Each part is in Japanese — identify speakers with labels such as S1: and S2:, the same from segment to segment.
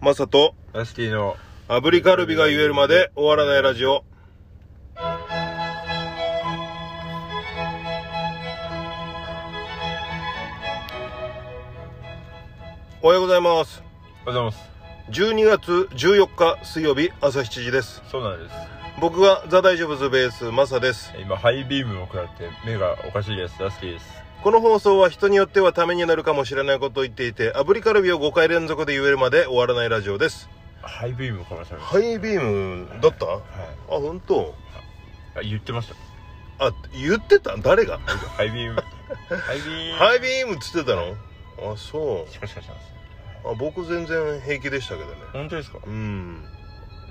S1: マサと
S2: アスティの
S1: 炙りカルビが言えるまで終わらないラジオ。おはようございます。
S2: おはようござい
S1: 12月14日水曜日朝7時です。
S2: ますそうなんです
S1: 僕がザ・大丈夫ズベースマサです。
S2: 今ハイビームを食らって目がおかしいですアスティです
S1: この放送は人によってはためになるかもしれないことを言っていて、炙りカルビを5回連続で言えるまで終わらないラジオです。
S2: ハイビームを食らされまし
S1: ハイビームだったあ、
S2: たはい
S1: 本当
S2: あ言ってまし
S1: あ、言ってた誰が
S2: たハイビームハイビーム
S1: ハイ
S2: ビ
S1: ビームっつってたのあそ
S2: ームシカシカしてます
S1: うあ僕全然平気でしたけどね
S2: 本当ですか
S1: うん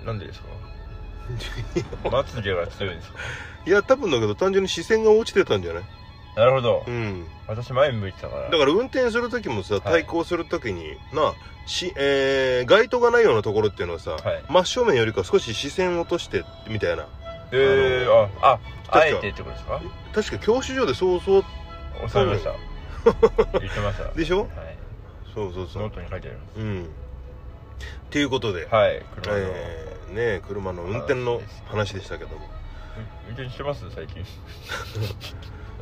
S2: なんでです かまつげが強いんですか
S1: いや多分だけど単純に視線が落ちてたんじゃない
S2: なるほど
S1: うん
S2: 私前向いてたから
S1: だから運転する時もさ
S2: い
S1: 対向する時に、なし、えー、街灯がないようなところっていうのはさ、
S2: はい
S1: 真正面よりか少し視線を落としてみたいな
S2: えー、あ
S1: 確
S2: あ
S1: か
S2: あえてってことですか
S1: 確か教習所でそうそう
S2: 教わりました言ってました
S1: でしょ
S2: はい
S1: そうそうそ
S2: ノ
S1: う
S2: ートに書いてありま
S1: うんっていうことで、
S2: すはい車の、
S1: えー、ねえ車の運転の話でしたけども
S2: 運転してます最近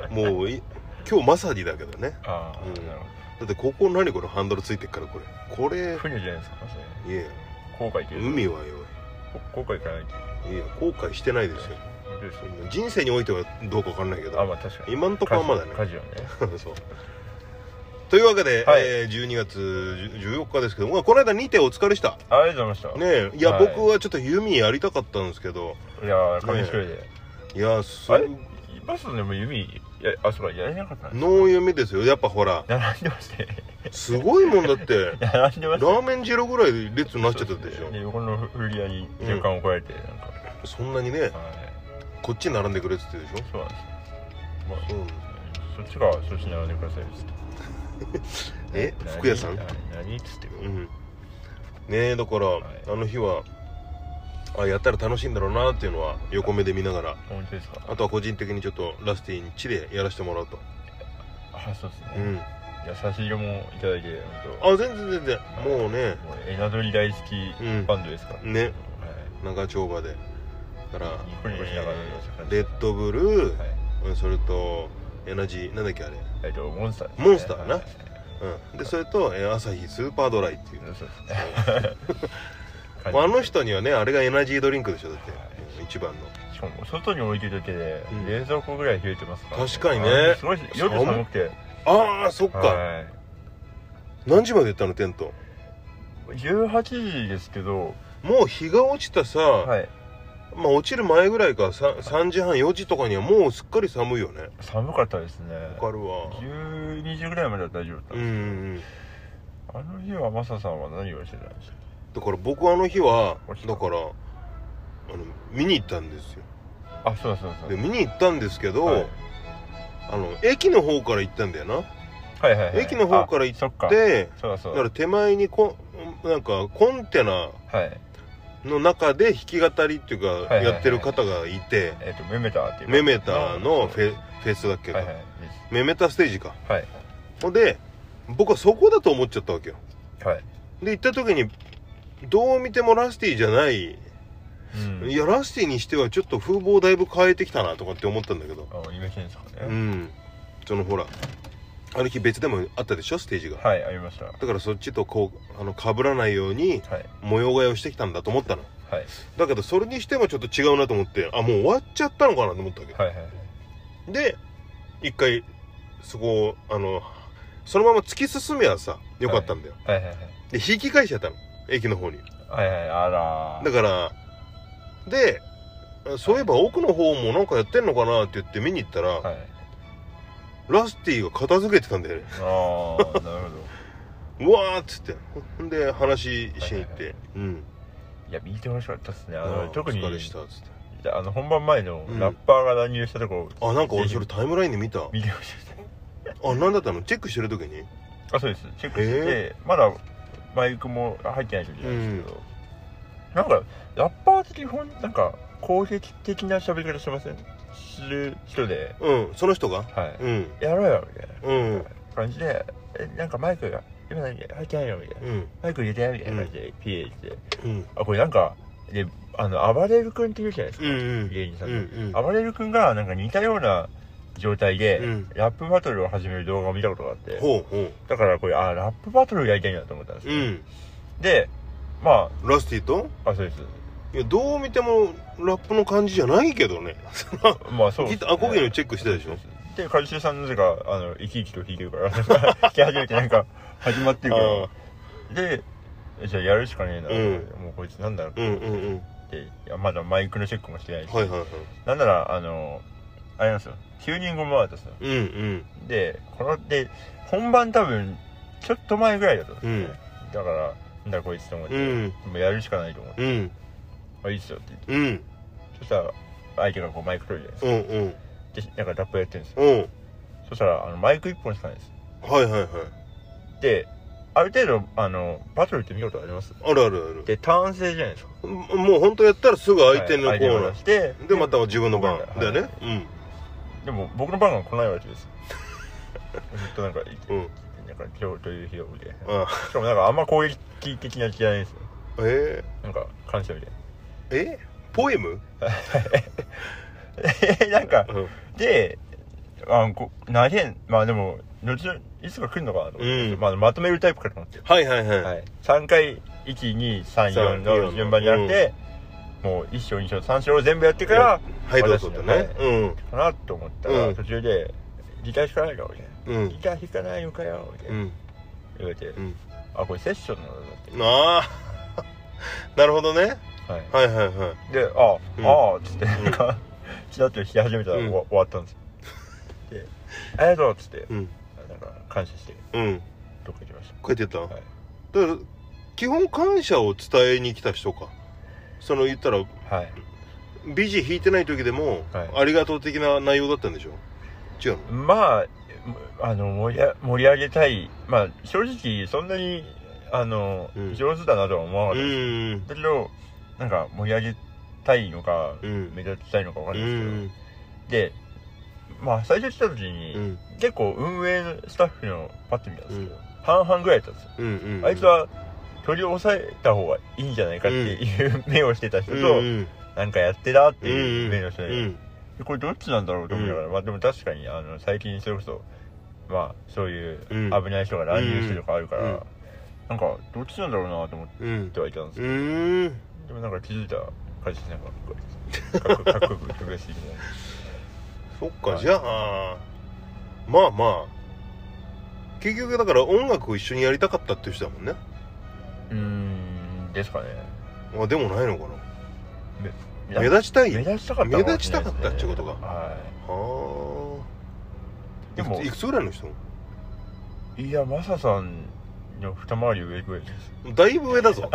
S1: もうい今日まさにだけどね
S2: ああ、
S1: うん
S2: なるほ
S1: だってここ何これハンドルついてっからこれこれ
S2: ど船じゃないですかそ
S1: いや
S2: れ後悔って
S1: 海はよ
S2: 後悔からない
S1: いや後悔してないですよ
S2: 本当ですよ
S1: 人生においてはどうか分かんないけ
S2: あ
S1: ど
S2: まあ確かに
S1: 今んとこはまだね
S2: カジオね
S1: そうというわけで、
S2: はい
S1: えー12月14日ですけど、まあ、この間2手お疲れした
S2: ありがとうございました、
S1: ねえいや、
S2: はい
S1: 僕はちょっと弓やりたかったんですけど
S2: いやー紙一重で、
S1: いやす
S2: あれバスでも弓やあそうかやれなかったんです
S1: ノー弓ですよやっぱほ ら
S2: 並んでまして
S1: すごいもんだって
S2: 並んでま
S1: ラ
S2: して
S1: ーメン二郎ぐらい列になっちゃったでしょ
S2: で横のフリアに若干怒られて、なんか
S1: そんなにね
S2: はい
S1: こっち並んでくれって言ってたでし
S2: そうなんですよまあ
S1: ょ、うん、
S2: そっちがそっちに並んでくださいよ
S1: え
S2: 何
S1: 服屋さん
S2: はい何っつって
S1: うんねえだから、
S2: い
S1: あの日はあやったら楽しいんだろうなっていうのは横目で見ながら
S2: 本当ですか
S1: あとは個人的にちょっとラスティに地でやらせてもらうと
S2: あそうですね、
S1: うん
S2: いや差し入れもいただいて本
S1: あ全然全然もうね
S2: 当もうエナドリ大好
S1: う
S2: き
S1: ん
S2: バンドですから、
S1: ね
S2: はい
S1: 長丁場でだから
S2: ニコニコしながらやらせてもらって
S1: レッドブルー、
S2: はい
S1: それとエナジーなんだっけあれ
S2: えっとモンスターですね、
S1: モンスターな
S2: はい
S1: うんでそれと、えー朝日スーパードライっていう
S2: そうですね感じ
S1: あの人にはねあれがエナジードリンクでしょだって、
S2: はい
S1: うん一番の
S2: しかも外に置いてるだけで、
S1: うん
S2: 冷蔵庫ぐらい冷えてますから、
S1: 確かにね
S2: あすごい夜寒くて
S1: ああそっか、
S2: は
S1: 何時まで行ったのテント
S2: い18時ですけど、
S1: もう日が落ちたさ、
S2: はい、
S1: まあ落ちる前ぐらいか 3, 3時半4時とかにはもうすっかり寒いよね
S2: 寒かったですね
S1: わかるわ
S2: 12時ぐらいまでは大丈夫だった
S1: うんうんん
S2: ですけど、あの日はマサさんは何をしてたんですか
S1: だから僕あの日は
S2: 落ちた
S1: だからあの見に行ったんですよ
S2: あそうだそうだそう
S1: で
S2: だ
S1: 見に行ったんですけど、
S2: はい
S1: あの駅の方から行ったんだよな
S2: はいはいはい、
S1: 駅の方から行
S2: あそっか
S1: で
S2: そうだそ
S1: だ
S2: う
S1: か
S2: だ
S1: ら手前にこなんかコンテナ
S2: はい
S1: の中で弾き語りっていうか
S2: いはいはい
S1: やってる方がいて、
S2: えっ、とメメターっていう
S1: メメターのフェ
S2: は
S1: フェスだっけ
S2: い
S1: か、
S2: はいで
S1: メメタステージか
S2: すはい
S1: ほんで僕はそこだと思っちゃったわけよ
S2: はい、
S1: で行った時にどう見てもラスティじゃない、
S2: うん、
S1: いやラスティにしてはちょっと風貌だいぶ変えてきたなとかって思ったんだけど
S2: あイメチェンですか
S1: う
S2: ね、
S1: んそのほらあの日別でもあったでしょステージが、
S2: はいありましたは
S1: だからそっちとこうあの被らないように
S2: い
S1: 模様替えをしてきたんだと思ったの
S2: はい
S1: だけどそれにしてもちょっと違うなと思ってあもう終わっちゃったのかなと思ったわけど
S2: はいはい
S1: で一回そこをあのそのまま突き進めばさよかったんだよ、
S2: はいはいはい
S1: で引き返しちゃったの駅の方に
S2: はいはいあらー
S1: だからでそういえば奥の方もなんかやってんのかなって言って見に行ったら、
S2: はい
S1: ラスティが片付けてたんだよね
S2: ああなるほど
S1: うわーっつってほんで話しに行って、
S2: はいはいはい
S1: うん
S2: いや見てほしかったですねあの
S1: ー
S2: 特に
S1: お疲れしたっつって
S2: あの本番前の
S1: うん
S2: ラッパーが乱入したとこ、
S1: あなんか俺それ
S2: ぜ
S1: タイムラインで見た
S2: ひ見てほしいです
S1: あなんだったのチェックしてる時に
S2: あそうですチェックしてて、まだマイクも入ってない時なんですけど、なんかラッパー的本なんか攻撃的な喋り方してませんする人で
S1: うんその人が
S2: はい、
S1: うん
S2: やろうよみたい
S1: うん
S2: な感じでえなんかマイクが今何入ってないのみたいな
S1: うん
S2: 早く入れてみたいな感じで、ピーって
S1: うん
S2: あこれなんかであの暴れる君っているじゃないですか、
S1: うん
S2: 芸人さん
S1: う
S2: で、
S1: ん
S2: 暴れる君がなんか似たような状態で、
S1: うん
S2: ラップバトルを始める動画を見たことがあって
S1: ほうほう
S2: だからこれあラップバトルやりたいなと思ったんです
S1: う
S2: よ、
S1: ん
S2: でま
S1: ラスティと
S2: ああそうです
S1: いやどう見てもラップの感じじゃないけどね その
S2: まあそう
S1: ギターアコギのチェックしてたでしょ
S2: で一茂さんの字があの生き生きと弾いてるから弾き始めてなんか始まってるか
S1: あ
S2: らでじゃあやるしかねえ
S1: う
S2: な、もうこいつなんだろう
S1: うんうんうん
S2: っていやまだマイクのチェックもしてないし、
S1: はいはいはい
S2: なんならあのあれなんですよチューニングもあったさ
S1: うんうん
S2: でこれで本番多分ちょっと前ぐらいだったんですね、だからなんだこいつと思って、
S1: うん
S2: もうやるしかないと思って
S1: うん
S2: 「あいいっすよ」って言って
S1: うん
S2: そしたら相手がこうマイク取るじゃない
S1: うんうん
S2: ですかでなんかラップやってるんですよ
S1: うん
S2: そしたらあのマイク一本しかないです
S1: はいはいはい
S2: である程度あのバトルって見たことあります
S1: あるあるある
S2: でターン制じゃないですか
S1: もう本当やったらすぐ相手のコーナ
S2: は
S1: ー
S2: い相手が出して
S1: でまた自分の番
S2: はい
S1: だよねうん
S2: でも僕の番が来ないわけです ずっとなんかい
S1: うん
S2: なんか今日という日をみたいな
S1: あ
S2: しかもなんかあんま攻撃的な気じゃないんですよ
S1: え
S2: なんか感謝みたい
S1: ー、えポエム
S2: ななんか
S1: うん
S2: であこ投げんまあでも後々いつか来るのかなと思って、
S1: うん
S2: まあ、まとめるタイプかと思って、
S1: はいはいはい、
S2: はい、3回1234の順番じゃなくて、もう1章2章3章を全部やってから
S1: はいどうぞってね、
S2: はい
S1: うん
S2: かなと思ったら、
S1: うん
S2: 途中で「ギター弾かないか」みたいな
S1: う
S2: 「ギ
S1: ん
S2: ター弾かないのかよ」みたいうなん言われて「
S1: うん
S2: あこれセッションなんだ」って、
S1: ああ なるほどね
S2: はい、
S1: はいはいはい
S2: で「あ、
S1: うん
S2: あ」っつって
S1: ん
S2: なんか チラッと弾き始めたら
S1: うん
S2: 終わ終わったんですよで「ありがとう」っつって
S1: うん
S2: なんか感謝して
S1: うん
S2: どっか行きまし
S1: 書いてた、
S2: た、はい
S1: だから基本感謝を伝えに来た人かその言ったら
S2: はい、
S1: ビジ弾いてない時でも、
S2: はい
S1: ありがとう的な内容だったんでしょ違うの
S2: まああの盛りあ盛り上げたいまあ正直そんなにあの、
S1: うん
S2: 上手だなとは思わな
S1: う
S2: かったです、
S1: ん
S2: だけどなんか盛り上げたいのか、
S1: うん
S2: 目立ちたいのかわか
S1: うんんう
S2: ないで
S1: ん
S2: すけど、でまあ最初来た時に、
S1: うん
S2: 結構運営のスタッフのパッと見たんですけど、半々ぐらいだったんですよ、
S1: うんうん
S2: あいつは鳥を抑えた方がいいんじゃないかっていう、目をしてた人
S1: うん
S2: と、
S1: うん
S2: なんかやってなって
S1: う
S2: い
S1: ん
S2: う目の人で,、
S1: うん
S2: これどっちなんだろうと思いながら、まあでも確かにあの最近それこそまあそういう
S1: うん
S2: 危ない人が乱入してるとかあるから、
S1: うん
S2: なんかどっちなんだろうなと思っ
S1: うん
S2: てはいたんです
S1: う
S2: けど、
S1: ーん
S2: でもなんか気づいた感じでなんかこうかっこかっこよく曲がしてきて。
S1: そっか、
S2: はい
S1: じゃあまあまあ結局だから音楽を一緒にやりたかったっていう人だもんね
S2: うーんですかね
S1: あでもないのかな目
S2: 立
S1: 立ちたい
S2: 目
S1: は
S2: 立ちたかったのも
S1: 目立ちたかったってことか
S2: は
S1: あ
S2: いでも
S1: いくつぐらいの人
S2: いやマサさんの二回り上ぐらいです
S1: だいぶ上だぞ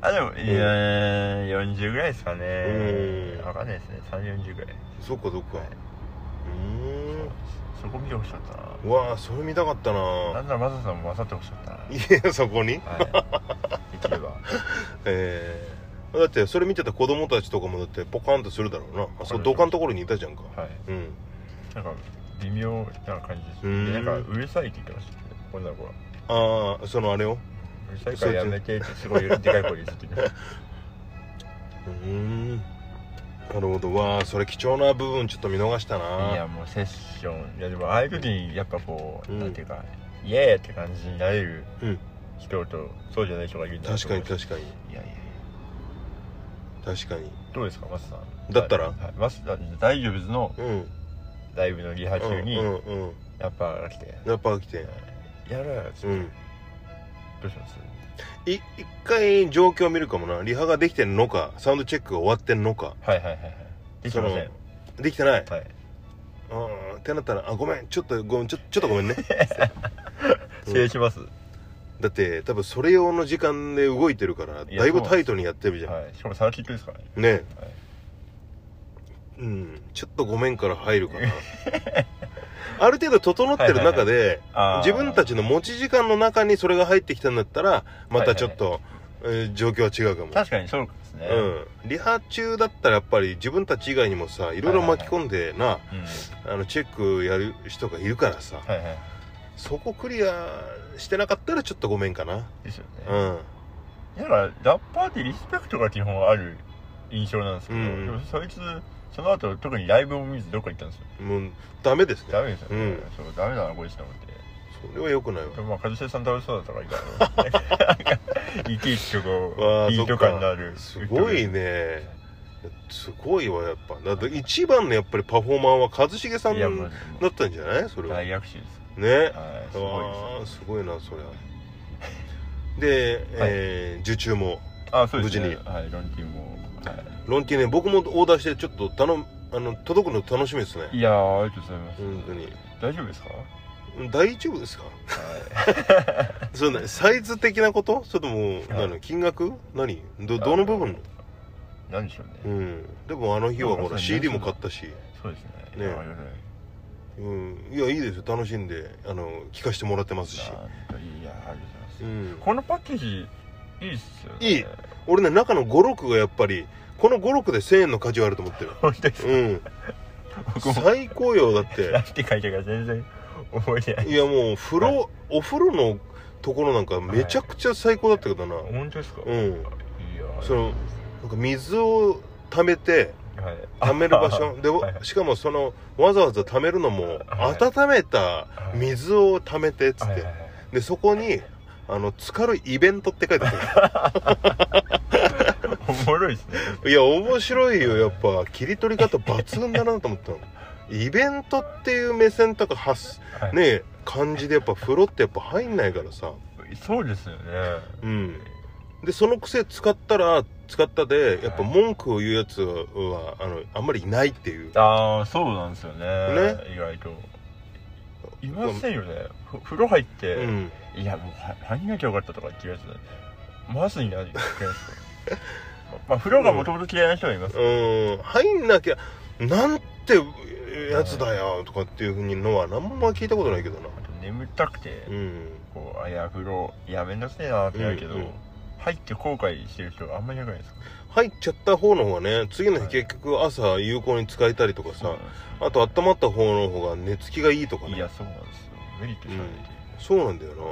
S2: あでも、いやー40ぐらいですか
S1: う
S2: ね
S1: ん
S2: わかんないですね340ぐらい
S1: そっかそっか
S2: はいうそこ見てほしかったな
S1: ーんうわあそれ見たかった
S2: な
S1: なん
S2: ならマサさんも勝ってほしかったなはい
S1: やそこに
S2: いできれば
S1: えーだってそれ見てた子供たちとかもだってポカンとするだろうなあそこ土管のところにいたじゃんか
S2: はい
S1: うん
S2: なんか微妙な感じです
S1: う
S2: でなん
S1: ん
S2: かうるさいって言ってましたね女の子は
S1: ああそのあれを
S2: うるさいからやめてってすごいでかい声でずっと言ってまし
S1: うーんなるほどわあそれ貴重な部分ちょっと見逃した
S2: たいや
S1: な
S2: もうセッションいやでもああいう時にやっぱこう、
S1: うん
S2: なんていうかイエーイって感じになれる
S1: うん
S2: 人とそうじゃない人がいるんだな
S1: 確かに
S2: と思い
S1: 確かに
S2: ましたいやいや
S1: 確かに
S2: どうですかマスさん
S1: だったら
S2: はいはいマス大丈夫ですの
S1: うん
S2: ライブのリハ中に、
S1: うんうんうん
S2: やっぱ来て
S1: やっぱ来て
S2: やるやつ、
S1: うん
S2: どうします
S1: い一回状況見るかもなリハができてんのかサウンドチェックが終わってんのか
S2: はいはいはいはいできません
S1: できてない
S2: はい
S1: うんってなったら「あごめんちょっとごめんちょちょっとごめんね
S2: 失礼します、」
S1: だって多分それ用の時間で動いてるから
S2: いや
S1: だいぶタイトにやってるじゃん
S2: はいしかもサーキットですからね
S1: ね
S2: はい
S1: うんちょっとごめんから入るかな ある程度整ってる中で
S2: あー
S1: 自分たちの持ち時間の中にそれが入ってきたんだったらまたちょっと、えー状況は違うかも
S2: 確かにそうですね
S1: うん、リハ中だったらやっぱり自分たち以外にもさいろいろ巻き込んでな、
S2: うん
S1: あのチェックやる人がいるからさ
S2: はいはい
S1: そこクリアしてなかったらちょっとごめんかな
S2: ですよね、
S1: うん
S2: だからラッパーってリスペクトが基本ある印象なんですけど、
S1: うん
S2: でもそいつその後特にライブも見ずどっか行ったんですよ
S1: もうダメですね
S2: ダメですよね、
S1: うん
S2: そうダメだなこいつと思って
S1: それはよくないわ
S2: でもまあ一茂さん倒れそうだったからいいからいちいちこ
S1: わあ
S2: うビート感のある
S1: すごいねすごいわやっぱだって一番のやっぱりパフォーマーは一茂さん
S2: いや
S1: だ
S2: も
S1: っ
S2: う
S1: たんじゃないそれは
S2: 大
S1: ね
S2: 躍進ですはいすごい
S1: ああ
S2: です
S1: すごいなそりゃで、えー受注も
S2: あそうですね
S1: 無事
S2: はいロンティも、は
S1: ロンティね僕もオーダーしてちょっと頼むあの届くの楽しみです
S2: い、
S1: ね
S2: いやーありがとうございます
S1: 本当に
S2: 大丈夫ですか
S1: うん大丈夫ですか
S2: は
S1: それねサイズ的なことそれとも
S2: はい
S1: 何金額何どどの部分
S2: いなんでしょうね、
S1: うんでもあの日はほ
S2: なん
S1: ら
S2: かさ
S1: CD も買ったし
S2: そうです
S1: ね
S2: ねいやありがとうございます
S1: うん、いやいいですよ楽しんであの聞かせてもらってますし、
S2: あいやありがとうございます、
S1: うん、
S2: このパッケージいいっすよね
S1: いい俺ね中の56がやっぱりこの56で1000円の価値はあると思ってる
S2: 本当です
S1: うん
S2: 僕も
S1: 最高よだっ
S2: なん
S1: て
S2: て書いてあるか全然覚えてない
S1: いやもう風呂、お風呂のところなんかめちゃくちゃ最高だったけどな、
S2: 本当ですか、
S1: う
S2: いや
S1: ん
S2: あ
S1: そのなんか水を溜めて
S2: はい
S1: 溜める場所で
S2: はい
S1: しかもそのわざわざ溜めるのも
S2: はい
S1: 温めた水を溜めてっつっ
S2: はい
S1: て
S2: はい
S1: でそこにあの浸かるイベントって書いてあった
S2: おもろいですね
S1: いや面白いよやっぱ切り取り方抜群だなと思ったのイベントっていう目線とか発す
S2: はい
S1: ねえ感じでやっぱ風呂ってやっぱ入んないからさ
S2: そうですよね
S1: うんでそのくせ使ったら使ったでやっぱ文句を言うやつはあのあんまりいないっていう
S2: ああそうなんですよね意外といませんよねふ風呂入って、
S1: うん
S2: いやもうは入んなきゃよかったとかっていうやつまずいなって言うんですよままあ風呂がもともと嫌いな人がいます、
S1: うん入んなきゃなんてやつだよとかっていうふうにのは何も聞いたことないけどな
S2: あと眠たくて、
S1: うん
S2: こうあいや風呂やめなせえなってなるけど、
S1: うんうん
S2: 入って後悔してる人があんまりいなくないですか
S1: 入っちゃった方の方がね次の日結局朝有効に使えたりとかさ、あと温まった方の方が寝つきがいいとか
S2: い
S1: ね
S2: やそうなんですよメリットしかないという
S1: そうなんだよな、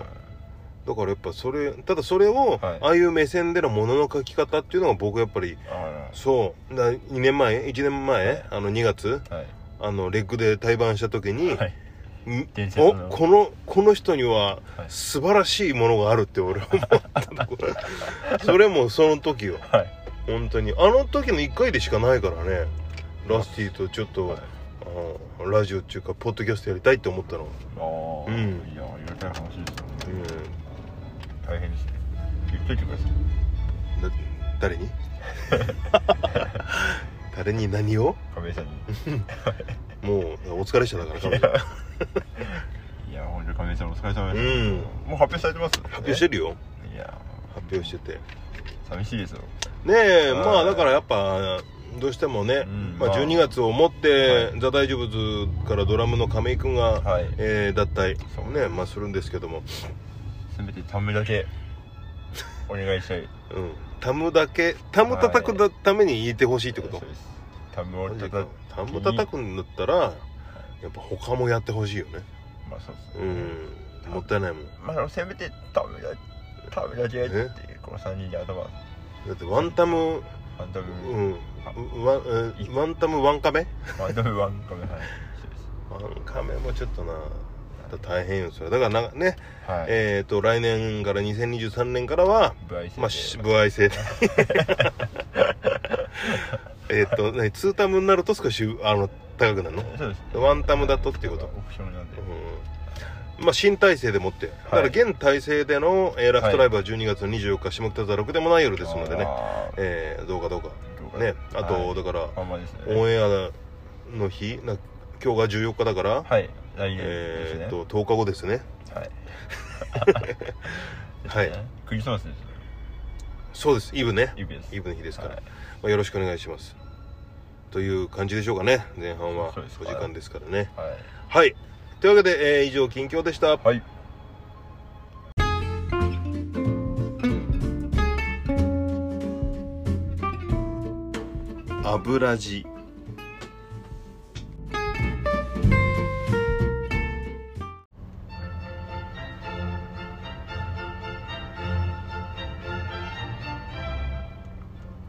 S1: だからやっぱそれただそれを、
S2: はい
S1: ああいう目線でのものの書き方っていうのが僕やっぱり
S2: あ
S1: そうだ2年前1年前、
S2: はい
S1: あの2月
S2: らはい
S1: あのレッグで対バンした時に、
S2: はい
S1: ん
S2: 伝説
S1: お
S2: の
S1: このこの人には
S2: はい
S1: 素晴らしいものがあるって俺は思ったところ それもその時よ
S2: はい
S1: 本当にあの時の1回でしかないからねラスティとちょっと、
S2: はい
S1: あのラジオっていうかポッドキャストやりたいって思ったの
S2: ああ、
S1: うん
S2: いやありがたい話ですよね
S1: うん
S2: 大変ですね言っといてくださ
S1: だ
S2: い
S1: 誰 に誰に何を
S2: 亀井さんに
S1: もうお疲れしただから彼女発
S2: いや本当に亀井さんお疲れ様です、
S1: うん
S2: もう発表されてます発
S1: 表してるよ
S2: いや
S1: 発表してて
S2: 寂しいですよ
S1: ねえ
S2: はい
S1: まあだからやっぱどうしてもね、
S2: うん
S1: まあ、
S2: まあ
S1: 12月をもって、
S2: は
S1: ザ・大丈夫ズからドラムの亀井君が、
S2: はい
S1: えー脱退
S2: そう
S1: ねまあするんですけども、
S2: せめてためだけお願いしたい
S1: うん、タムだけタム叩くだために言ってほしいってこと、
S2: そうですタムを
S1: マジ
S2: 叩
S1: か
S2: く
S1: 田んぼ叩くんだったらやっぱ他もやってほしいよね
S2: まあそうです
S1: う
S2: ね、
S1: んもったいないもん
S2: まあ、せめて食べだ食べだけっていうこの3人で頭
S1: だってワンタム
S2: ワンダム、
S1: うんワン,、えーワンタムワンカメ
S2: ワンダムワンカメはいそうです
S1: ワンカメもちょっとな大変よそれだからなね、
S2: はい、
S1: えっ、と来年から2023年からは
S2: 部合制で
S1: まあし歩合制 えっと何ツータムになると少しあの高くなるの
S2: そうです
S1: ワンタムだとっていうこと
S2: オプションなんで、
S1: うんまあ、新体制でもって、だから現体制での、えーラフトライブは12月24日、下北沢6でもない夜ですのでね、
S2: あー
S1: えーどうかどうか、
S2: どうか
S1: ね、あと、
S2: はい
S1: だから、
S2: あんまですね
S1: オンエアの日、な今日が14日だから、
S2: はい来年ですね
S1: え、ーっと10日後ですね、
S2: はい
S1: はい
S2: ですねクリスマスですね
S1: そうです、イブね、
S2: イブです
S1: イブの日ですから、
S2: はい
S1: まあ、よろしくお願いします。という感じでしょうかね、前半は
S2: そうです
S1: お
S2: か
S1: 時間ですからね。
S2: はい、
S1: はい、というわけで、えー以上、近況でした。
S2: はい
S1: 油地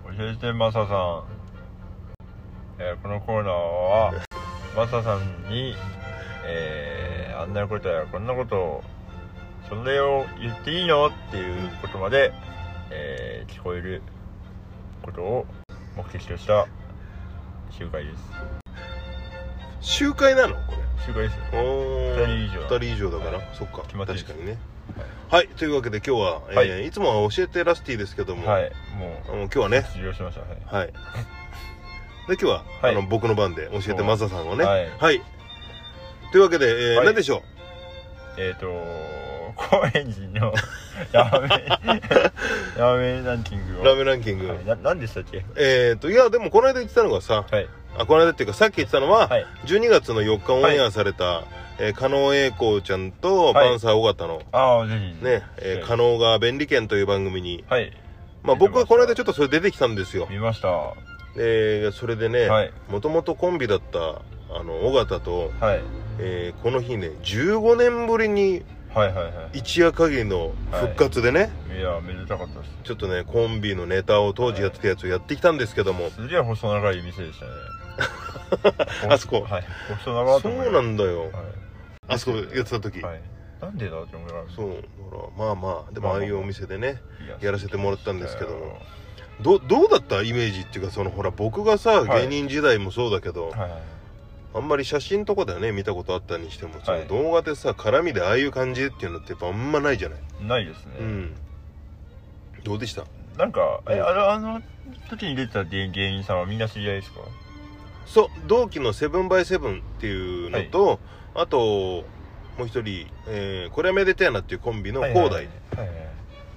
S2: そしてマサさん、えーこのコー ナーはマサさんに、えーあんなことやこんなことをそれを言っていいのっていうことまで、えー聞こえることを目的とした集会です
S1: 集会なのこ
S2: 集会ですよ
S1: れおー
S2: 二人以上
S1: 二人以上だから、
S2: はい
S1: そっか
S2: 決まってる
S1: 確かにねはい、というわけで今日は、えー
S2: はい
S1: い、つもは教えてラスティですけども、
S2: はいも
S1: あの今日は
S2: う
S1: ね
S2: 終了しました
S1: は
S2: はい
S1: いで今日は、
S2: はい
S1: あの僕の番で教えてマサさんをね
S2: はい
S1: というわけで、えー
S2: はい
S1: 何でしょ
S2: えっ、と高円寺 のラーメンラーメンランキング
S1: う
S2: を
S1: ラーメンランキング、
S2: はい、な何でしたっけ
S1: えっ、といやでもこの間言ってたのがさ
S2: はい
S1: あこの間っていうかさっき言ってたのは、
S2: はい
S1: 12月の4日オンエアされた、えー加納栄光ちゃんと
S2: はい
S1: パンサー尾形の、
S2: ああぜひ
S1: ね、えー
S2: はい
S1: 加納が便利券という番組に、
S2: はい
S1: まあ、僕は
S2: 出て
S1: こ
S2: ま
S1: の間
S2: した
S1: ちょっとそれ出てきたんですよ
S2: 見ましたは
S1: でそれでね
S2: はい
S1: もともとコンビだったあの尾形と、
S2: いはい
S1: えーこの日ね15年ぶりに
S2: はいは
S1: 一夜限りの復活でね、
S2: いいやめでたかったです
S1: ちょっとねコンビのネタを当時やってたやつをやってきたんですけども、
S2: すげえ細長い店でしたね
S1: あそこ
S2: はい細長い
S1: そうなんだよ
S2: は
S1: あそこやってた時、
S2: い、はい、なんでだって思いながら
S1: そうだからまあまあでもああいうお店でねやらせてもらったんですけどもどどうだったイメージっていうかそのほら僕がさ
S2: は
S1: 芸
S2: い
S1: 人時代もそうだけど、
S2: はいはい
S1: あんまり写真とかではね見たことあったにしても、そ
S2: は
S1: の
S2: い
S1: 動画でさ絡みでああいう感じっていうのってやっぱあんまないじゃない、
S2: ないですね、
S1: うんどうでした
S2: なんかえ
S1: うん
S2: あのあの時に出てた芸芸人さんはみんな知り合いですか
S1: そう同期の「セブンバイセブンっていうのと、あともう一人、えーこれはめでたいなっていうコンビの
S2: はい
S1: 広
S2: はい
S1: 大、
S2: はいはいはい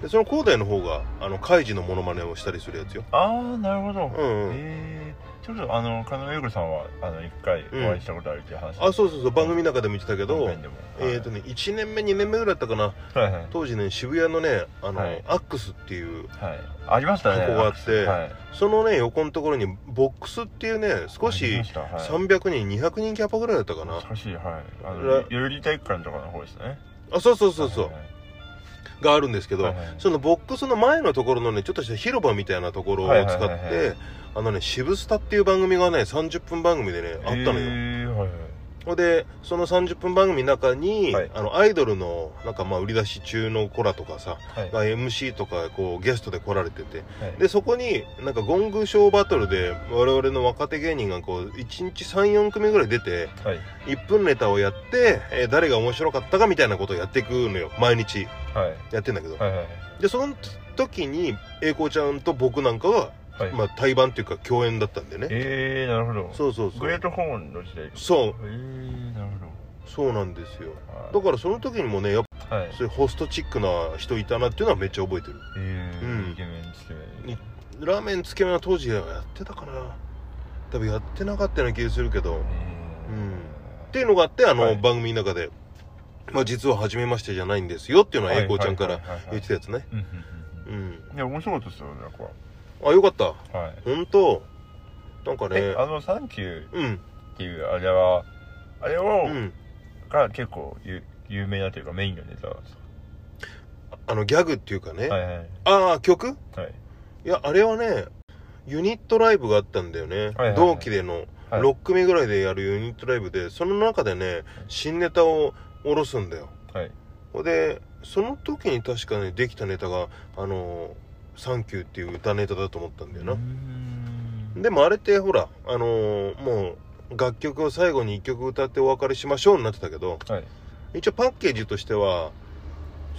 S1: でその広大の方があのカイジのモノマネをしたりするやつよ
S2: ああなるほど、
S1: うんうん
S2: えーちょっとあの狩野英孝さんはあの一回お会いしたことあるっていう話、
S1: あそうそうそう番組の中でも言ってたけど、
S2: 本編でも
S1: えっ、とね1年目2年目ぐらいだったかな
S2: はいはい
S1: 当時ね渋谷のねあの、
S2: はい
S1: アックスっていう
S2: はいありましたね
S1: 箱があって
S2: はい、
S1: そのね横のところにボックスっていうね少
S2: あり
S1: し
S2: またはい
S1: 300人200人キャパぐらいだったかな
S2: 懐かしいはいあの
S1: ら
S2: 代々木体育館とかの方ですね
S1: あそうそうそうそう
S2: はい
S1: があるんですけど
S2: はいはい
S1: そのボックスの前のところのねちょっとした広場みたいなところを
S2: は
S1: 使
S2: いはいはい
S1: っ
S2: はい
S1: てあのね「渋スタ」っていう番組がね30分番組でねあったのよ
S2: えーはいはい
S1: ほんでその30分番組の中に
S2: はい
S1: あのアイドルのなんかまあ売り出し中の子らとかさ
S2: はい
S1: が MC とかこうゲストで来られてて
S2: はい
S1: でそこになんかゴングショーバトルで我々の若手芸人がこう1日34組ぐらい出て
S2: はい
S1: 1分ネタをやって、えー誰が面白かったかみたいなことをやっていくのよ毎日
S2: はい
S1: やってんだけど、
S2: はいはい
S1: でその時に栄光ちゃんと僕なんかが、
S2: はい
S1: まあ、対バンっていうか共演だったんでね
S2: えー、なるほど
S1: そうそうそ
S2: グレー
S1: う
S2: トホーンの時代
S1: そう
S2: えー、なる
S1: そうなんですよ
S2: ほ
S1: だ
S2: ど
S1: からその時にもねやっ
S2: はいはい
S1: ぱそういうホストチックな人いたなっていうのはめっちゃ覚えてる
S2: えー
S1: うん
S2: イケメンイケメン
S1: ラーメンつけ麺は当時やってたかな多分やってなかったような気がするけど
S2: えー
S1: うんっていうのがあってあの、
S2: はい
S1: 番組の中で、まあ、実は初めましてじゃないんですよっていうのは栄光ちゃんか
S2: は
S1: ら
S2: いはいはいはい
S1: 言ってたやつね
S2: うんうん
S1: うん
S2: うんいや面白かったですよねなんか
S1: あよかった
S2: はい
S1: 本当なんか
S2: え
S1: ね
S2: あの「サンキュー」
S1: うん
S2: っていうあれはあれ
S1: う
S2: を
S1: ん
S2: が結構ゆ有名なというかメインのネタは
S1: あのギャグっていうかね、
S2: いはいはい
S1: ああ曲
S2: はい
S1: いやあれはねユニットライブがあったんだよね、
S2: はいはい
S1: 同期での
S2: はい
S1: 6組ぐらいでやるユニットライブでその中でね新ネタを下ろすんだよ
S2: はい
S1: ほんでその時に確かねできたネタが「あのサンキュー」っていう歌ネタだと思ったんだよな、
S2: うーん
S1: でもあれってほらあのーもう楽曲を最後に1曲歌ってお別れしましょうになってたけど
S2: はい
S1: 一応パッケージとしては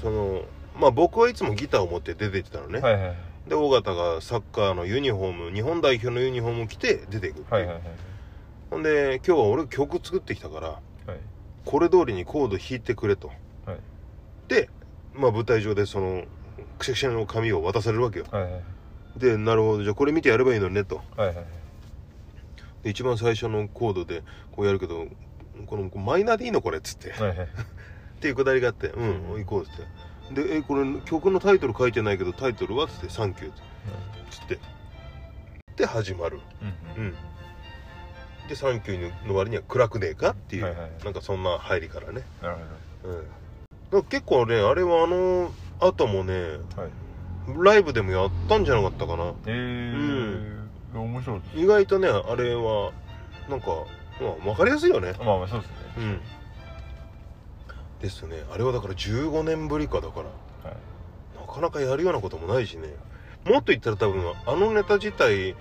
S1: そのまあ僕はいつもギターを持って出て行ってたのね、
S2: はいはいはい
S1: で尾形がサッカーのユニフォーム日本代表のユニフォームを着て出ていくっていう、
S2: はいはいはい
S1: ほんで今日は俺曲作ってきたから
S2: はい
S1: これ通りにコード弾いてくれと、
S2: はい
S1: で、まあ、舞台上でそのくしゃくしゃの紙を渡されるわけよ
S2: はいはい
S1: でなるほどじゃあこれ見てやればいいのねと
S2: はいはいはい
S1: で一番最初のコードでこうやるけどこのマイナーでいいのこれっつって
S2: はいはい
S1: っていうくだりがあって「うん、行こう」っつって「でえこれ曲のタイトル書いてないけどタイトルは?」っつって「サンキュー」っつってで始まる
S2: うん
S1: う
S2: うん
S1: んで「サンキュー」の割には暗くねえかっていう、
S2: はいはい
S1: なんかそんな入りからね、
S2: なる
S1: うん、だから結構ねあれはあの後もね
S2: ほどは
S1: ラ
S2: い
S1: イブでもやったんじゃなかったかな
S2: えー、面白いです
S1: 意外とねあれはなんか、まあ、分かりやすいよね
S2: まあまあそうですね
S1: うんですねあれはだから15年ぶりかだから
S2: はい
S1: なかなかやるようなこともないしねもっと言ったら多分あのネタ自体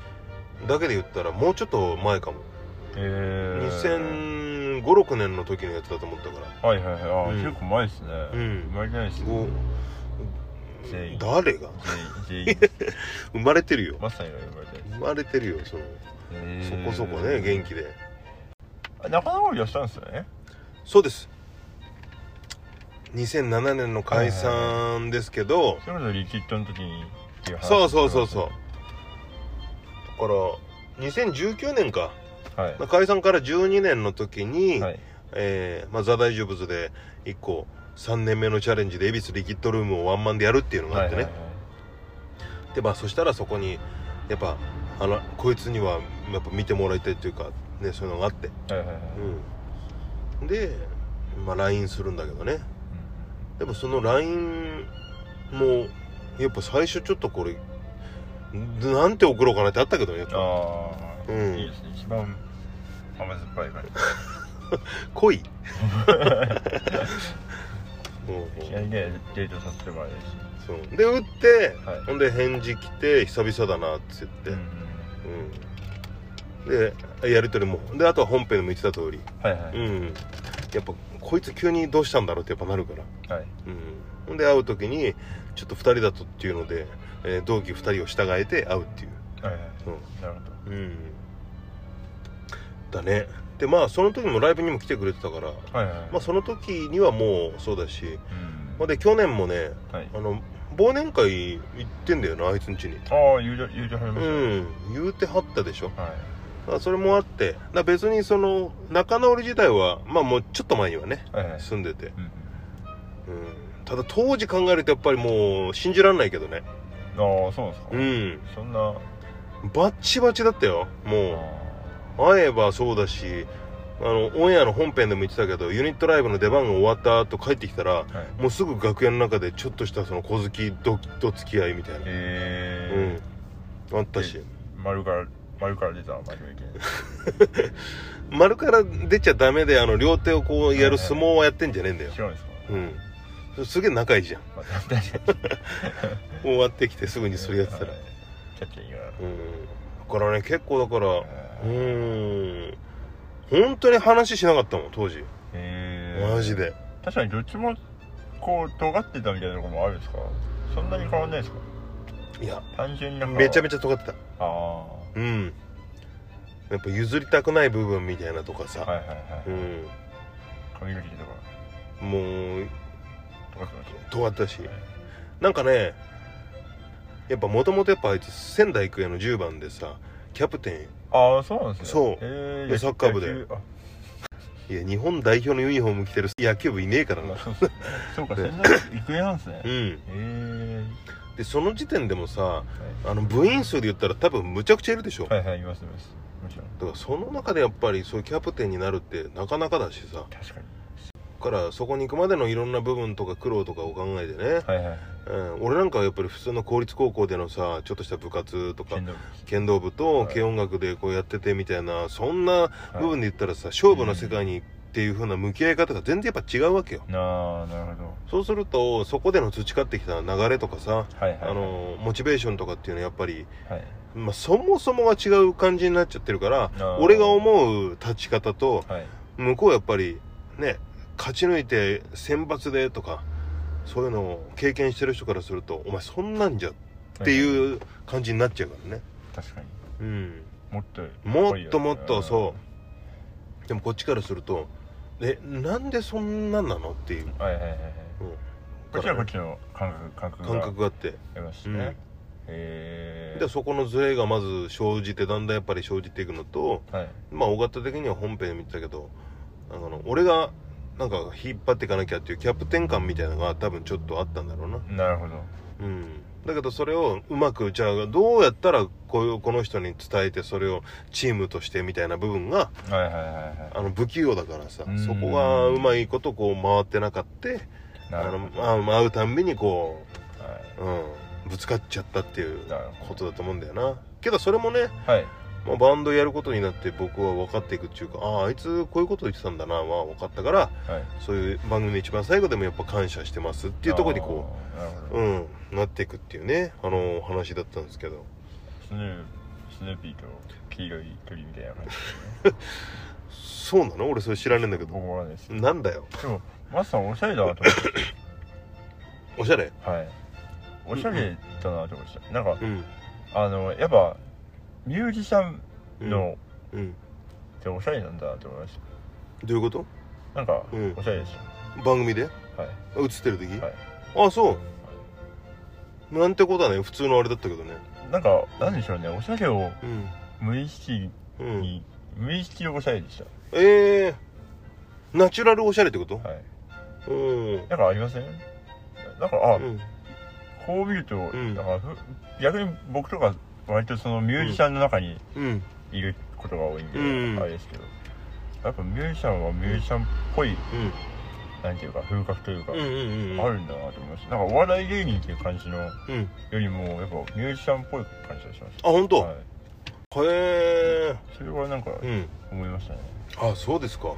S1: だけで言ったらもうちょっと前かも
S2: えー、
S1: 2005,6年の時のやつだと思ったから
S2: はいはいはいあー、
S1: うん
S2: 結構前ですね
S1: う
S2: 生
S1: ん
S2: まれてないです
S1: ご
S2: ね全員
S1: 誰が
S2: 全員全員
S1: 生まれてるよ
S2: マッサンが生まれてないです
S1: 生まれてるよその
S2: え
S1: そ
S2: ー
S1: こそこね元気で
S2: あ中野ゴリラしたんですよね
S1: そうです2007年の解散ですけど、
S2: それこそリキッドの時にっていう話
S1: そうそうそうそうだから2019年か
S2: うはい
S1: まあ解散から12年の時に、
S2: はい
S1: えーまあ、ザ・大丈夫ズで1個3年目のチャレンジで恵比寿リキッドルームをワンマンでやるっていうのがあってね、
S2: はいはいはい
S1: でまあそしたらそこにやっぱあのこいつにはやっぱ見てもらいたいというかねそういうのがあって、
S2: はいはいはい
S1: うん、で、まあ、LINE するんだけどねでもその LINE もやっぱ最初ちょっとこれなんて送ろうかなってあったけどね
S2: あ
S1: う
S2: あ、
S1: ん
S2: いいですね一番甘酸っぱ い感
S1: 濃い
S2: じいき
S1: う
S2: なんりねデートさせてもらえるし
S1: そうで打って
S2: はい
S1: ほんで返事来て久々だなっつって、
S2: う
S1: うん
S2: うんん
S1: でやり取りもであとは本編でも言ってた通り
S2: はいは
S1: う
S2: い
S1: んやっぱこいつ急にどうしたんだろうってやっぱなるから
S2: はい
S1: うんほんで会う時にちょっと2人だとっていうので、えー同期2人を従えて会うっていう
S2: はいはい
S1: うん
S2: なるほど
S1: うんだねでまあその時もライブにも来てくれてたから
S2: はいはいはい
S1: まあその時にはもうそうだし、
S2: うん
S1: まあ、で去年もね
S2: はい
S1: あの忘年会行ってんだよなあいつん家に
S2: ああ友情友情始めまし
S1: うん言うてはったでしょ
S2: たはい
S1: だからそれもあってだから別にその仲直り自体はまあもうちょっと前にはね
S2: はいはい
S1: 住んでて、
S2: うんう
S1: う
S2: ん
S1: ん、ただ当時考えるとやっぱりもう信じられないけどね
S2: ああそうなんですか
S1: うん
S2: そんなあ
S1: バッチバチだったよもう会えばそうだしあのオンエアの本編でも言ってたけどユニットライブの出番が終わった後帰ってきたら
S2: ーはい
S1: もうすぐ楽屋の中でちょっとしたその小月どと付き合いみたいな
S2: え
S1: うんあったし
S2: ー丸から丸から出た真面目系
S1: 丸から出ちゃダメであの両手をこうやる相撲はやってんじゃねえんだよ
S2: 違うんですか
S1: うんすげえ仲いいじゃん
S2: まあ確かに
S1: 終わってきてすぐにそれやってたら
S2: はいキャッチャーいいか
S1: うんだからね結構だからう
S2: ら
S1: ーん本当に話しなかったもん当時
S2: えー
S1: マジで
S2: 確かにどっちもこう尖ってたみたいなところもあるんですかそんなに変わんないですか
S1: いや
S2: 単純になんか
S1: めちゃめ
S2: ち
S1: ちゃ尖ってた
S2: ゃあ
S1: うんやっぱ譲りたくない部分みたいなとか
S2: あ
S1: さ
S2: はいはいはい、
S1: うん
S2: 髪切りとか
S1: もう
S2: 尖ってまし
S1: 尖ったしなんかねやっぱもともとやっぱあいつ仙台育英の10番でさキャプテ
S2: たああそうなんですね
S1: そう
S2: え
S1: サッカー部で
S2: 野球あ
S1: ンいや日本代表のユニフォーム着てる野球部いねえから
S2: まあ
S1: な
S2: そうっすねそうか
S1: で
S2: 仙台育英なんですね
S1: う
S2: え
S1: ん
S2: えー
S1: でその時点でもさ
S2: は
S1: あの部員数で言ったら多分むちゃくちゃいるでしょ、
S2: いはいはいいますいますもちろん
S1: だからその中でやっぱりそういうキャプテンになるってなかなかだしさ
S2: 確かに
S1: だからそこに行くまでのいろんな部分とか苦労とかを考えてね、
S2: はいはい
S1: うん、俺なんかはやっぱり普通の公立高校でのさちょっとした部活とか
S2: 剣道部です
S1: 剣道部と
S2: はい
S1: 軽音楽でこうやっててみたいなそんな部分で言ったらさ勝負の世界にっていう風な向き合い方が全然やっぱ違うわけよ
S2: なあなるほど
S1: そうするとそこでの培ってきた流れとかさ
S2: はいはいはい
S1: あのモチベーションとかっていうのはやっぱり、
S2: はい
S1: まあ、そもそもが違う感じになっちゃってるから
S2: あー
S1: 俺が思う立ち方と
S2: はい
S1: 向こうやっぱりね勝ち抜いて選抜でとかそういうのを経験してる人からするとお前そんなんじゃって
S2: う
S1: いう感じになっちゃうからね
S2: 確かに
S1: うん
S2: もっと
S1: もっともっと
S2: う
S1: そ。うでもこっちからするとえなんでそんなんなのっていう、
S2: はいはいはいはい。
S1: うん
S2: こっちはこっちの感覚感覚
S1: 感
S2: が
S1: 覚があって
S2: あります
S1: うん
S2: ね。へえ。
S1: でそこのズレがまず生じてだんだんやっぱり生じていくのと
S2: はい
S1: まあ尾形的には本編で見てたけどあの俺がなんか引っ張っていかなきゃっていうキャプテン感みたいなのが多分ちょっとあったんだろうな
S2: なるほど。
S1: うんだけどそれをうまくじゃあどうやったらこういうこの人に伝えてそれをチームとしてみたいな部分が
S2: はいはいはいは
S1: あの不器用だからさ
S2: うん
S1: そこがうまいことこう回ってなかった
S2: い。な
S1: あ
S2: る
S1: の
S2: ほど。
S1: まあ会うたんびにこ、
S2: はいう
S1: うん、ぶつかっちゃったっていう
S2: なるほ
S1: ことだと思うんだよなけどそれもね、
S2: どはい
S1: まあ、バンドやることになって僕は分かっていくっていうかあああいつこういうこと言ってたんだなまあ分かったから
S2: はい
S1: そういう番組の一番最後でもやっぱ感謝してますっていうところにこ
S2: あーなるほ
S1: う
S2: ど
S1: うんなっていくっていうねあの話だったんですけど
S2: スヌースヌーピーと黄色い鳥みた いな感じ
S1: そうなの俺それ知らねえんだけど
S2: 僕もなんですで
S1: なんだよ
S2: もマスさんおしゃれだなと思って
S1: おしゃれ
S2: はいおしゃれだなと思いましたなんか
S1: うん
S2: あのやっぱミュージシャン
S1: うん
S2: の
S1: うん
S2: っておしゃれなんだなと思いまし
S1: どういうこと
S2: たなんか
S1: うん
S2: おしゃれですよ
S1: 番組で
S2: はい
S1: 映ってる時、
S2: はい
S1: あそうなんてことはね普通のあれだったけどね
S2: なんかなんでしょうねおしゃれを
S1: うん
S2: 無意識
S1: うん
S2: に無意識のおしゃれでし
S1: ええー、ナチュラルおしゃれってこと
S2: たはい
S1: うん
S2: なんかありませんなんかあ、
S1: うん
S2: こう見ると、
S1: ん
S2: なんかふ逆に僕とか割とそのミュージシャンの中に
S1: うん
S2: いることが多いんで、
S1: うん
S2: あれですけどやっぱミュージシャンはミュージシャンっぽい、
S1: うん
S2: なんていうか風格というか、
S1: うんうんうん
S2: あるんだなと思いましたなんかお笑い芸人っていう感じのよ
S1: うん
S2: りもやっぱミュージシャンっぽい感じがしまし
S1: あ本
S2: た
S1: 当、
S2: はい、
S1: へ
S2: それはなんか
S1: えうん
S2: 思いましたね、
S1: あそうですか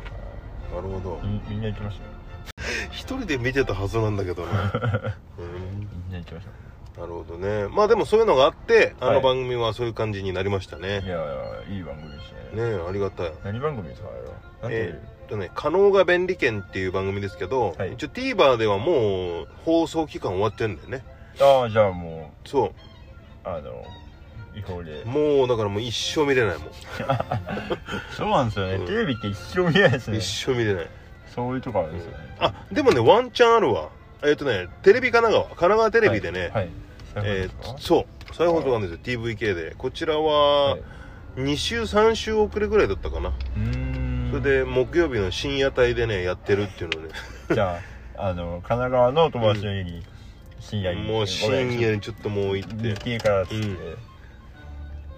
S1: なるほど
S2: みみんな行きまし
S1: 一人で見てたはずなんだけど ね、
S2: たよ
S1: うん、
S2: みんな行きましょ
S1: なるほどねまあでもそういうのがあってあ
S2: は
S1: の
S2: い
S1: 番組はそういう感じになりましたね、
S2: ういやいやいい番組でしたね
S1: ねえありがたい
S2: 何番組ですかあれはなんていう、
S1: えーっとね「加納が便利券」っていう番組ですけど、
S2: はい
S1: 一応 TVer ではもう放送期間終わってんだよね
S2: ああじゃあも
S1: そう
S2: あの違法で
S1: うもうだからもう一生見れないもん、
S2: そうなんですよね、
S1: うん
S2: テレビって一生見ないですね
S1: 一生見れない、
S2: そういうとこあるんですよね、
S1: あでもねワンチャンあるわえーっとねテレビ神奈川神奈川テレビでね、
S2: はい、はい、
S1: え
S2: そう
S1: ー
S2: なん
S1: っと
S2: で
S1: そう
S2: す
S1: 再放送なんですよ TVK でこちら
S2: か
S1: は
S2: はい、う
S1: 2週3週遅れぐらいだったかな、
S2: ーん
S1: それで木曜日の深夜帯でねやってるっていうのね
S2: じゃああの神奈川の友達の家に深夜に、
S1: もう深夜にちょっともう行って
S2: 日系からっつって、
S1: うん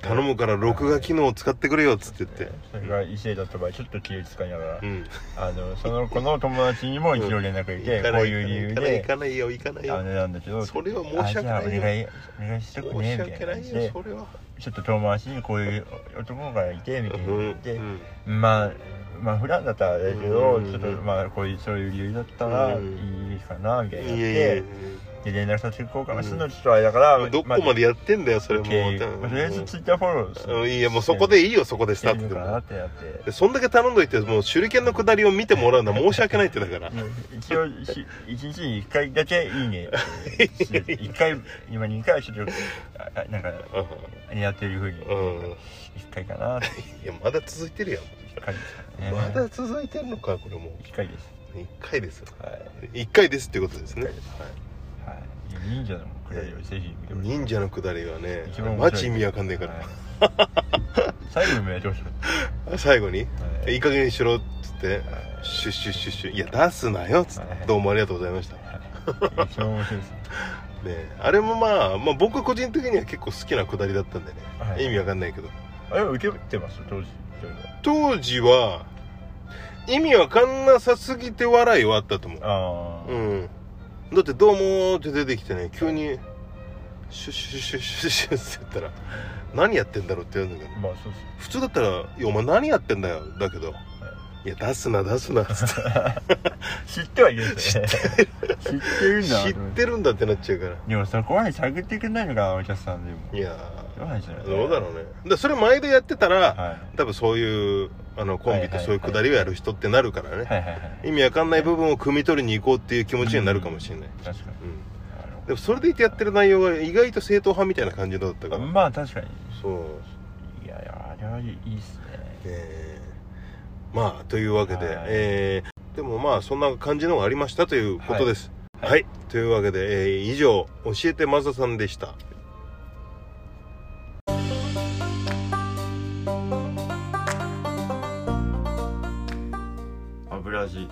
S1: 頼むから録画機能を使ってくれよっつって言って
S2: それが異性だった場合ちょっと気を使いながら、
S1: うん
S2: あのその子の友達にも一応連絡入れて、こういう理由
S1: 行
S2: で
S1: かないよ行かない
S2: あ
S1: よ
S2: れなんだけど
S1: それは申し訳ないよ
S2: あじゃあお願いお願いしとく
S1: 申
S2: ね
S1: し
S2: みたい
S1: 訳
S2: な
S1: な
S2: 感
S1: い
S2: じ
S1: よ
S2: で
S1: それは
S2: ちょっと遠回しにこういう男がいてみたいな
S1: うん
S2: 言って、
S1: うん
S2: まあまあ普段だったらあれだけど、
S1: うん
S2: ちょっとまあこういうそういう理由だったらいいかなみたいな、
S1: いやいやいや
S2: で連絡先交換するのちょっとあれだから、
S1: どこまでやってんだよそれも
S2: 経由まあとりあえずツイッターフォローす
S1: うん
S2: る
S1: いやもうそこでいいよそこでスタ
S2: し
S1: ー
S2: てみ
S1: ト
S2: よう
S1: で
S2: かな
S1: も
S2: ってなって
S1: でそんだけ頼んどいてもう手裏剣の下りを見てもらうのは申し訳ないってだから
S2: 一応し一日に一回だけい いねってして一回今二回はちょっとあなんかやってるふうに
S1: うん
S2: 一回かなって
S1: いやまだ続いてるやん
S2: 一回ですからね
S1: まだ続いてんのかこれも
S2: 一回です
S1: う1回ですよ
S2: はい
S1: 1回ですってことですね
S2: 一回ですはい忍者のくらいをぜひ見てほしい
S1: 忍者のくだりはね
S2: 一番面白い
S1: マジ意味わかんねえか
S2: はい
S1: ら
S2: 最後にやってほしかっ
S1: 最後に「
S2: た
S1: いい加減にしろ」っつって「シュッシュッシュッシュ」「いや出すなよ」っつっ
S2: は
S1: て
S2: い
S1: どうもありがとうございましたね
S2: はい一番面白いですね
S1: あれもまあまあ僕個人的には結構好きなくだりだったんでね
S2: はい
S1: 意味わかんないけど
S2: あれ受けてます当時いろいろ
S1: 当時は意味わかんなさすぎて笑いはあったと思う
S2: ああ、
S1: うんだって「どうも」って出てきてね急に「シュッシュッシュッシュッシュッ」って言ったら「何やってんだろう」って言うんだけど
S2: まあそうです
S1: 普通だったら「いやお前何やってんだよ」だけど「いや出すな出すな」つって
S2: 知ってはいるんですね知ってる知
S1: 知っ
S2: ってるんだなと思って
S1: てるんだってなっちゃうから
S2: でもそこまで探ってくれないのかなお客さんでも
S1: いや
S2: どうなんでしょうね
S1: ーどうだろうねでそれ毎度やってたら
S2: は
S1: 多分そういうあのコンビってそういうくだりをやる人ってなるから
S2: い
S1: ね
S2: はいはいはい
S1: 意味わかんない部分を汲み取りに行こうっていう気持ちになるかもしれない、う
S2: 確かに
S1: ん、
S2: なるほ
S1: でもそれでいてやってる内容が意外と正統派みたいな感じだったから
S2: どまあ確かに
S1: そう
S2: いやいやあれはいいっすね
S1: えーまあというわけで、
S2: はい
S1: えーでもまあそんな感じのがありましたということですは、
S2: はいい
S1: というわけで、えー以上教えてマサさんでした
S2: 油味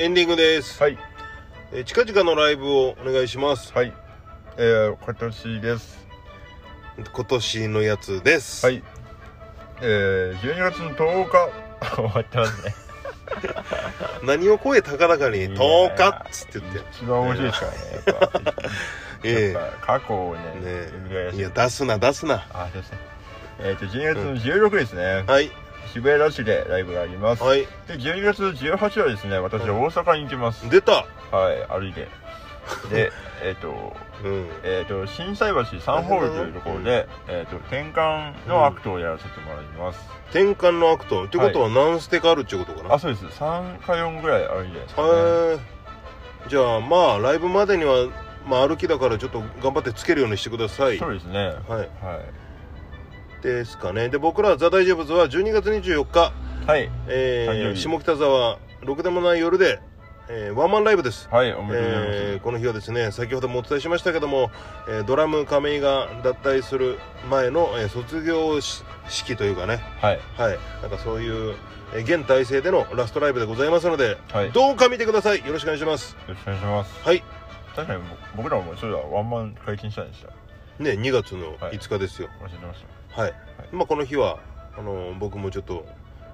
S1: エンディングです、
S2: はい
S1: えー近々のライブをお願いします
S2: はいえー、今年です
S1: 今年のやつです
S2: はいえー、12月の10日 終わってま すね
S1: 何を声高々に「10日」っつって言って
S2: 一番面白いですからねやっぱ
S1: え
S2: やっぱ過去をね
S1: え
S2: ぐら
S1: ね
S2: いら
S1: え
S2: し
S1: い
S2: い
S1: や出すな出すな
S2: あそうですねえっ、と12月の16ですね、
S1: はい
S2: 渋谷ラッシュでライブがあります、
S1: はい
S2: で12月18日はですね私
S1: うん
S2: 大阪に行きます、
S1: 出た
S2: はい歩いて でえっ、と
S1: うん
S2: えー、と心斎橋サンホールというところで、えー、と転換のアクトをやらせてもらいます、
S1: 転換のアクトってことはナンステがあるってことかな、
S2: あそうです3か4ぐらいあるんじゃないですか、ね
S1: へえじゃあまあライブまでには、まあ、歩きだからちょっと頑張ってつけるようにしてください
S2: そうですね
S1: はい
S2: は
S1: ですかねで僕ら「ザ・大丈夫ズは12月24日、
S2: いはい、
S1: え
S2: 誕生
S1: ー、
S2: 日
S1: 下北沢ろくでもない夜で、えーワンマンライブです
S2: はい、おめでとうございます、
S1: えーこの日はですね先ほどもお伝えしましたけども、えードラム亀井が脱退する前の、えー卒業し式というかね
S2: はい
S1: はいなんかそういう、えー現体制でのラストライブでございますので
S2: はいよ
S1: どうか見てくださいよろしくお願いします
S2: ろしくお願いします
S1: はい
S2: 確かに僕僕らもそうだワンマン解禁したんでした
S1: ね2月の5日ですよ
S2: 教えてました
S1: はい、まあこの日はあの僕もちょっと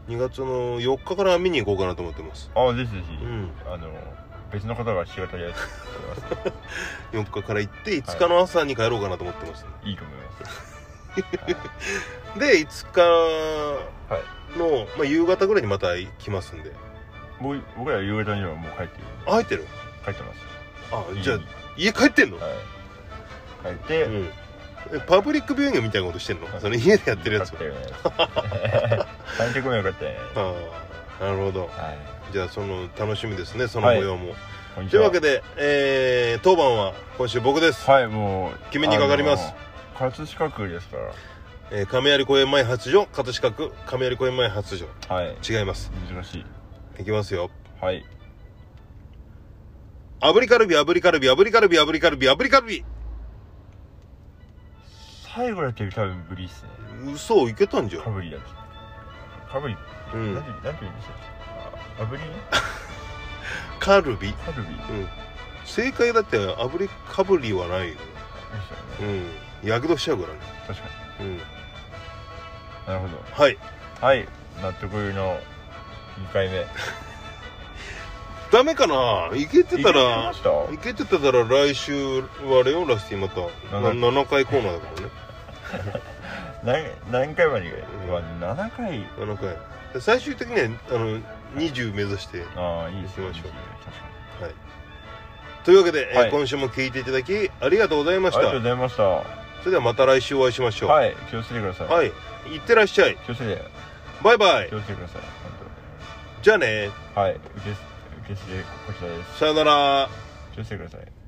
S1: 2月の4日から見に行こうかなと思ってます
S2: あぜひぜひ、
S1: うん
S2: あの別の方が仕事やってます
S1: 4日から行って5日の朝に帰ろうかなと思ってます、
S2: いいと思います
S1: で5日の、まあ、夕方ぐらいにまた来ますんで
S2: 僕僕ら夕方にはもう帰ってる
S1: あ入ってる
S2: 帰ってます
S1: あ
S2: 家に
S1: じゃあ家帰ってんの、
S2: はい帰って、
S1: うんえパブリックビューイングみたいなことしてんのその家でやってるやつ
S2: 買ってる やつ三脚もよかったよね
S1: ああなるほど
S2: はい
S1: じゃあその楽しみですねその模様も、
S2: こんに
S1: とい
S2: ち
S1: う
S2: は
S1: わけで、えー、当番は今週僕です、
S2: はいもう
S1: 君にかかります
S2: あの葛飾区ですから
S1: えー、亀有公園前発所葛飾区亀有公園前発所
S2: はい
S1: 違います
S2: 難しい
S1: いきますよ
S2: はい
S1: 炙りカルビ炙りカルビ炙りカルビ炙りカルビ炙りカルビ
S2: 最後やってる多分ブリっすね
S1: 嘘いけたんじゃ
S2: か
S1: ん
S2: ぶりだっけかぶり
S1: うん
S2: なんてなんて言うんでしたっけあぶり
S1: カルビ
S2: かぶりで
S1: 正解だって炙りカブリはないよ
S2: したよね
S1: うんやけどしちゃうからね
S2: 確か
S1: うん
S2: になるほ
S1: はい
S2: どはい納得の2回目
S1: ダメかないけてたら
S2: いけてました
S1: いけてたら来週はレオラスティまたな
S2: 七
S1: 7回コーナーだからね
S2: 何何回まで
S1: ん
S2: うわ7回
S1: 7回で最終的にはあの20目指しては
S2: ああいいですね
S1: 行きましょう
S2: 確かに
S1: いというわけで、えー
S2: はい
S1: 今週も聞いていただきありがとうございまし
S2: ありがとう
S1: た
S2: ございました
S1: それではまた来週お会いしましょう
S2: はい気をつけてください
S1: はい、いってらっしゃい
S2: 気をつけて
S1: バイバイ
S2: 気をつけてください本
S1: じゃあね
S2: 当はい受けす受け付けこちらです
S1: さよなら
S2: 気をつけてください